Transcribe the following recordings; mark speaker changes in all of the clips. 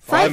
Speaker 1: Five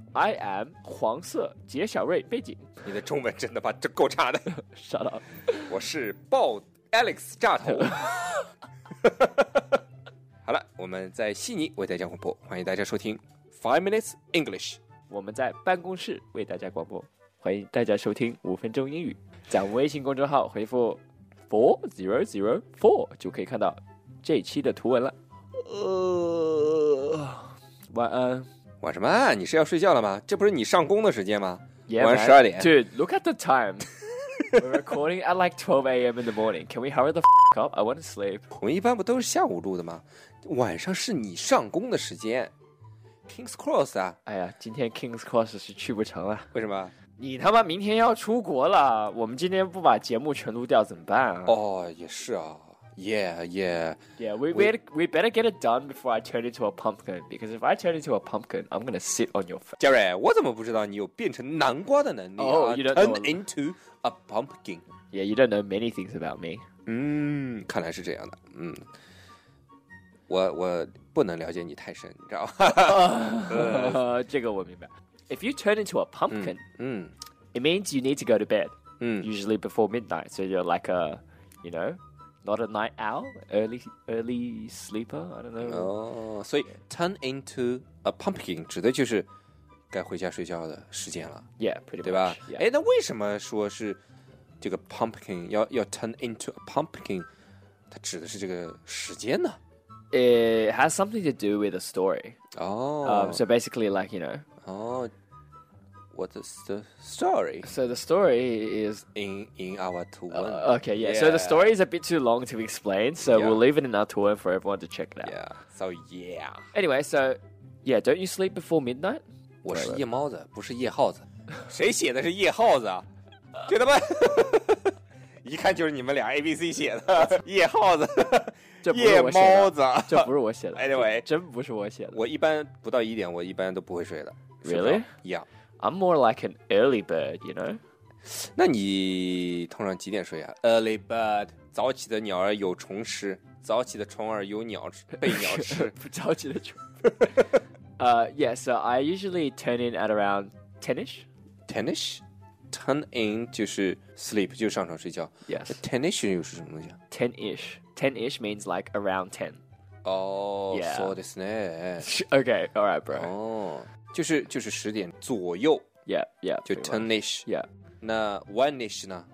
Speaker 2: I am 黄色杰小瑞背景。
Speaker 3: 你的中文真的吧，这够差的。
Speaker 2: Shut up.
Speaker 3: 我是爆 Alex 炸头。 好了，我们在悉尼为大家广播，欢迎大家收听 Five Minutes English。
Speaker 2: 我们在办公室为大家广播，欢迎大家收听五分钟英语。在我们微信公众号回复 four zero zero four 就可以看到这一期的图文了。呃，晚安。
Speaker 3: 晚什么安？你是要睡觉了吗？这不是你上工的时间吗？
Speaker 2: Yeah,
Speaker 3: 晚上12点
Speaker 2: Dude, look at the time. We're recording at like 12 a.m. in the morning. Can we hurry the f- up? I want to sleep.
Speaker 3: 我们一般不都是下午录的吗？晚上是你上工的时间，Kings Cross 啊？
Speaker 2: 哎呀，今天 King's Cross 是去不成了。
Speaker 3: 为什么？
Speaker 2: 你他妈明天要出国了，我们今天不把节目全录掉怎么办啊？
Speaker 3: 哦，也是啊，Yeah Yeah，
Speaker 2: Yeah, we, we, we better get it done before I turn into a pumpkin. Because if I turn into a pumpkin, I'm gonna sit on your face.
Speaker 3: 杰瑞，我怎么不知道你有变成南瓜的能力啊、
Speaker 2: Oh, you don't
Speaker 3: turn
Speaker 2: know.
Speaker 3: into a pumpkin。
Speaker 2: Yeah, you don't know many things about me.
Speaker 3: 嗯，看来是这样的。嗯，我我不能了解你太深，你知道吧？
Speaker 2: 这个我明白. If you turn into a pumpkin,
Speaker 3: 嗯
Speaker 2: it means you need to go to bed,
Speaker 3: 嗯
Speaker 2: usually before midnight. So you're like a, you know, not a night owl, early early sleeper. I don't know.
Speaker 3: Oh, 哦，所以 turn into a pumpkin 指的就是该回家睡觉的时间了，
Speaker 2: Yeah, pretty
Speaker 3: 对吧
Speaker 2: much.？Yeah.
Speaker 3: 哎，那为什么说是这个 pumpkin 要要 turn into a pumpkin？它指的是这个时间呢？
Speaker 2: It has something to do with a story.
Speaker 3: 哦
Speaker 2: Um, so basically, like you know,
Speaker 3: 哦，What is the story
Speaker 2: so the story is
Speaker 3: in in our to one？
Speaker 2: Uh, okay, yeah. So the story is a bit too long to explain, so
Speaker 3: Yeah.
Speaker 2: we'll leave it in our tour for everyone to check it out.
Speaker 3: Yeah, so yeah.
Speaker 2: Anyway, so yeah, don't you sleep before midnight?
Speaker 3: 我是夜猫子，不是夜耗子。谁写的是夜耗子？啊？这他妈， 一看就是你们俩 A B C 写的。夜耗子，
Speaker 2: 这不是
Speaker 3: 夜
Speaker 2: 我写的
Speaker 3: 猫子。
Speaker 2: 这不是我写的
Speaker 3: Anyway。
Speaker 2: 真不是我写的。
Speaker 3: 我一般不到一点，我一般都不会睡的。
Speaker 2: Really?
Speaker 3: 一样。
Speaker 2: I'm more like an early bird, you know.。
Speaker 3: 那你通常几点睡啊？Early bird，早起的鸟儿有虫吃，早起的虫儿有鸟吃，被鸟吃
Speaker 2: 不着急地出- uh, yeah. So I usually turn in at around ten-ish.
Speaker 3: Tennis，turn in 就是 sleep，就是上床睡觉。
Speaker 2: Yes,
Speaker 3: Tennis 又是什么东西啊？
Speaker 2: ten-ish. Ten-ish means like around ten.
Speaker 3: 哦，
Speaker 2: Yeah
Speaker 3: そうですね。
Speaker 2: okay, all right, bro.
Speaker 3: 哦，就是就是十点左右
Speaker 2: Yeah, yeah.
Speaker 3: 就
Speaker 2: pretty much.
Speaker 3: tenish，
Speaker 2: Yeah.
Speaker 3: 那 oneish 呢？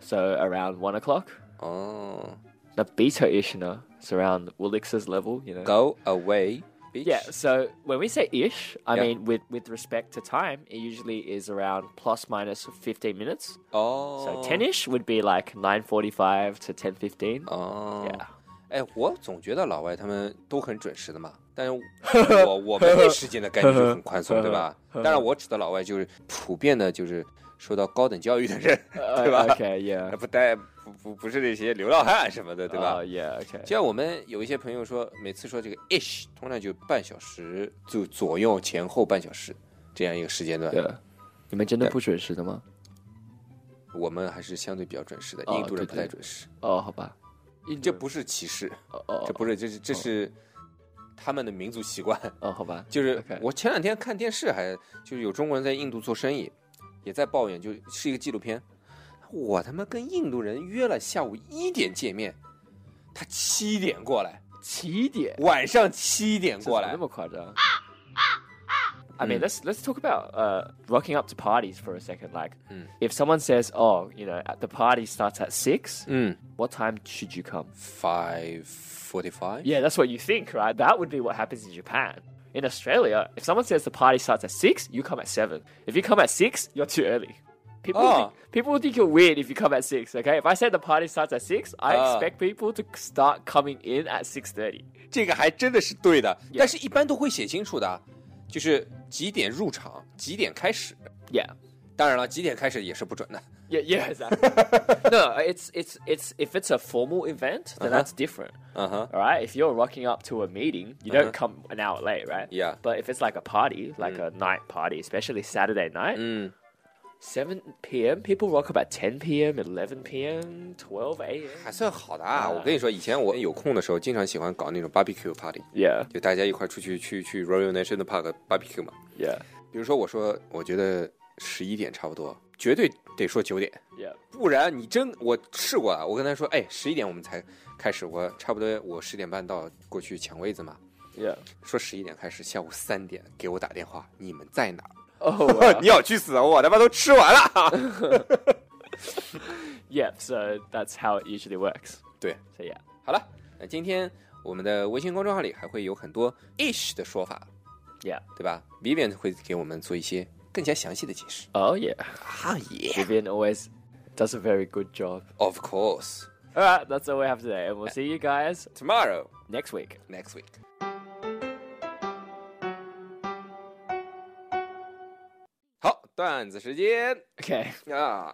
Speaker 2: So around one o'clock.
Speaker 3: 哦
Speaker 2: 那 beta ish 呢？It's around Willix's level, you know.
Speaker 3: ，go away bitch。
Speaker 2: Yeah, so when we say ish, I
Speaker 3: Yeah.
Speaker 2: mean with with respect to time, it usually is around plus minus 15 minutes.
Speaker 3: 哦 Oh.
Speaker 2: So 10 ish would be like 9:45 to 10:15.
Speaker 3: 哦
Speaker 2: Yeah.
Speaker 3: 哎，我总觉得老外他们都很准时的嘛， 但是我我们对时间的概念就很宽松，对 吧？当然，我指的老外就是普遍的，就是受到高等教育的人，对
Speaker 2: Uh,
Speaker 3: 吧？
Speaker 2: okay, yeah.
Speaker 3: 不带不不不是那些流浪汉什么的，对吧
Speaker 2: Oh,？yeah, okay.
Speaker 3: 就像我们有一些朋友说，每次说这个 ish，通常就半小时就左右前后半小时这样一个时间段。
Speaker 2: Yeah. 你们真的不准时的吗？
Speaker 3: 我们还是相对比较准时的，
Speaker 2: 哦
Speaker 3: 印度人
Speaker 2: 对
Speaker 3: 不太
Speaker 2: 对
Speaker 3: 准时。
Speaker 2: 哦，好吧。
Speaker 3: 这不是歧视，
Speaker 2: 哦，
Speaker 3: 这不是，这是这是他们的民族习惯。
Speaker 2: 哦，好吧。
Speaker 3: 就是
Speaker 2: ，OK
Speaker 3: 我前两天看电视还，就是有中国人在印度做生意，也在抱怨，就是一个纪录片。我他妈跟印度人约了下午一点见面，他七点过来，
Speaker 2: 起点。
Speaker 3: 晚上七点过来。
Speaker 2: 这怎么那么夸张？I Hmm。 mean, let's let's talk about uh, rocking up to parties for a second. Like, if someone says, "Oh, you know, at the party starts at 6,
Speaker 3: 嗯
Speaker 2: what time should you come?
Speaker 3: ，five forty five。
Speaker 2: Yeah, that's what you think, right? That would be what happens in Japan. In Australia, if someone says the party starts at six, you come at seven. If you come at six, you're too early. People
Speaker 3: Oh.
Speaker 2: think, people will think you're weird if you come at six. Okay, if I say the party starts at six, I
Speaker 3: Ah.
Speaker 2: expect people to start coming in at six thirty.
Speaker 3: 这个还真的是对的，但是一般都会写清楚的。就是几点入场，几点开始。
Speaker 2: Yeah.
Speaker 3: 当然了，几点开始也是不准的。
Speaker 2: Yeah, yeah, exactly. no, it's it's it's if it's a formal event, then
Speaker 3: Uh-huh.
Speaker 2: that's different.
Speaker 3: 嗯哼
Speaker 2: All right, if you're rocking up to a meeting, you
Speaker 3: Uh-huh.
Speaker 2: don't come an hour late, right?
Speaker 3: ，Yeah，
Speaker 2: But if it's like a party, like a night party, especially Saturday night,
Speaker 3: 嗯，
Speaker 2: 7 p.m. people rock up at 10 p.m., 11 p.m., 12 a.m.
Speaker 3: 还算好的
Speaker 2: 哎
Speaker 3: 啊。我跟你说，以前我有空的时候，经常喜欢搞那种 barbecue party，
Speaker 2: Yeah,
Speaker 3: 就大家一块儿出去去去 Royal National Park barbecue 嘛。
Speaker 2: yeah,
Speaker 3: 比如说，我说我觉得十一点差不多，绝对得说九点，
Speaker 2: yeah.
Speaker 3: 不然你真我试过啊。我跟他说，哎，十一点我们才开始，我差不多我十点半到过去抢位子嘛。
Speaker 2: Yeah.
Speaker 3: 说十一点开始，下午三点给我打电话，你们在哪儿？
Speaker 2: Oh, wow.
Speaker 3: 你要去死啊！我他妈都吃完了。
Speaker 2: yeah. So that's how it usually works.
Speaker 3: 对，
Speaker 2: So yeah.
Speaker 3: 好了，那今天我们的微信公众号里还会有很多 ish 的说法，
Speaker 2: Yeah.
Speaker 3: 对吧？Vivian 会给我们做一些更加详细的解释。
Speaker 2: Oh yeah.
Speaker 3: 啊耶
Speaker 2: Vivian always does a very good job.
Speaker 3: ！Of course,
Speaker 2: All right, that's all we have today, and we'll see you guys
Speaker 3: tomorrow,
Speaker 2: next week.
Speaker 3: next week.好，段子时间
Speaker 2: Okay.
Speaker 3: 啊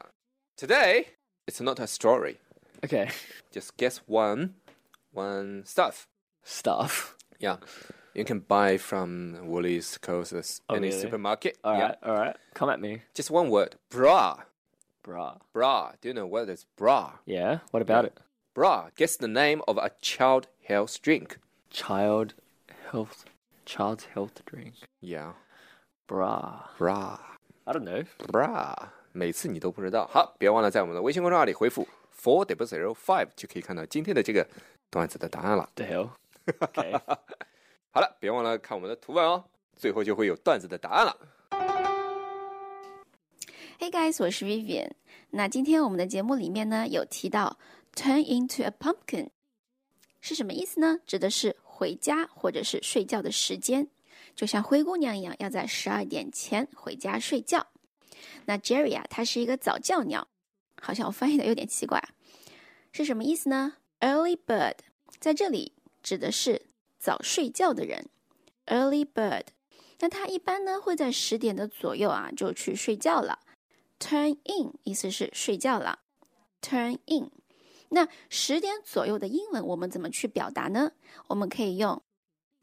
Speaker 3: ！Today it's not a story,
Speaker 2: Okay.
Speaker 3: just guess one, one stuff.
Speaker 2: Stuff.
Speaker 3: Yeah, you can buy from Woolies, Coles,
Speaker 2: Oh,
Speaker 3: any
Speaker 2: really?
Speaker 3: supermarket.
Speaker 2: All
Speaker 3: yeah,
Speaker 2: right. All right. Come at me,
Speaker 3: just one word, bra.
Speaker 2: bra.
Speaker 3: Bra. Do you know what is bra?
Speaker 2: Yeah. What about it?
Speaker 3: Bra gets the name of a child health drink.
Speaker 2: Child health. Child's health drink.
Speaker 3: Yeah,
Speaker 2: Bra.
Speaker 3: bra,
Speaker 2: I don't know.
Speaker 3: bra. 每次你都不知道，好，别忘了在我们的微信公众号里回复 four double zero five 就可以看到今天的这个段子的答案了。
Speaker 2: The hell. Okay.
Speaker 3: 好了，别忘了看我们的图文哦，最后就会有段子的答案了。
Speaker 1: Hey guys，我是 Vivian。那今天我们的节目里面呢，有提到 turn into a pumpkin 是什么意思呢？指的是回家或者是睡觉的时间，就像灰姑娘一样，要在十二点前回家睡觉。那 Jerry 啊，它是一个早教鸟，好像我翻译的有点奇怪啊，是什么意思呢？Early bird 在这里指的是早睡觉的人，early bird。那它一般呢会在十点的左右啊就去睡觉了。Turn in 意思是睡觉了，turn in。那十点左右的英文我们怎么去表达呢？我们可以用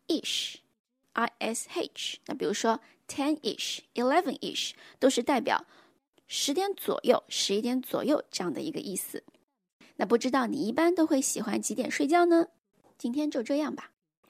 Speaker 1: ish，i s h。那比如说 ten ish、eleven ish 都是代表十点左右、十一点左右这样的一个意思。那不知道你一般都会喜欢几点睡觉呢？今天就这样吧。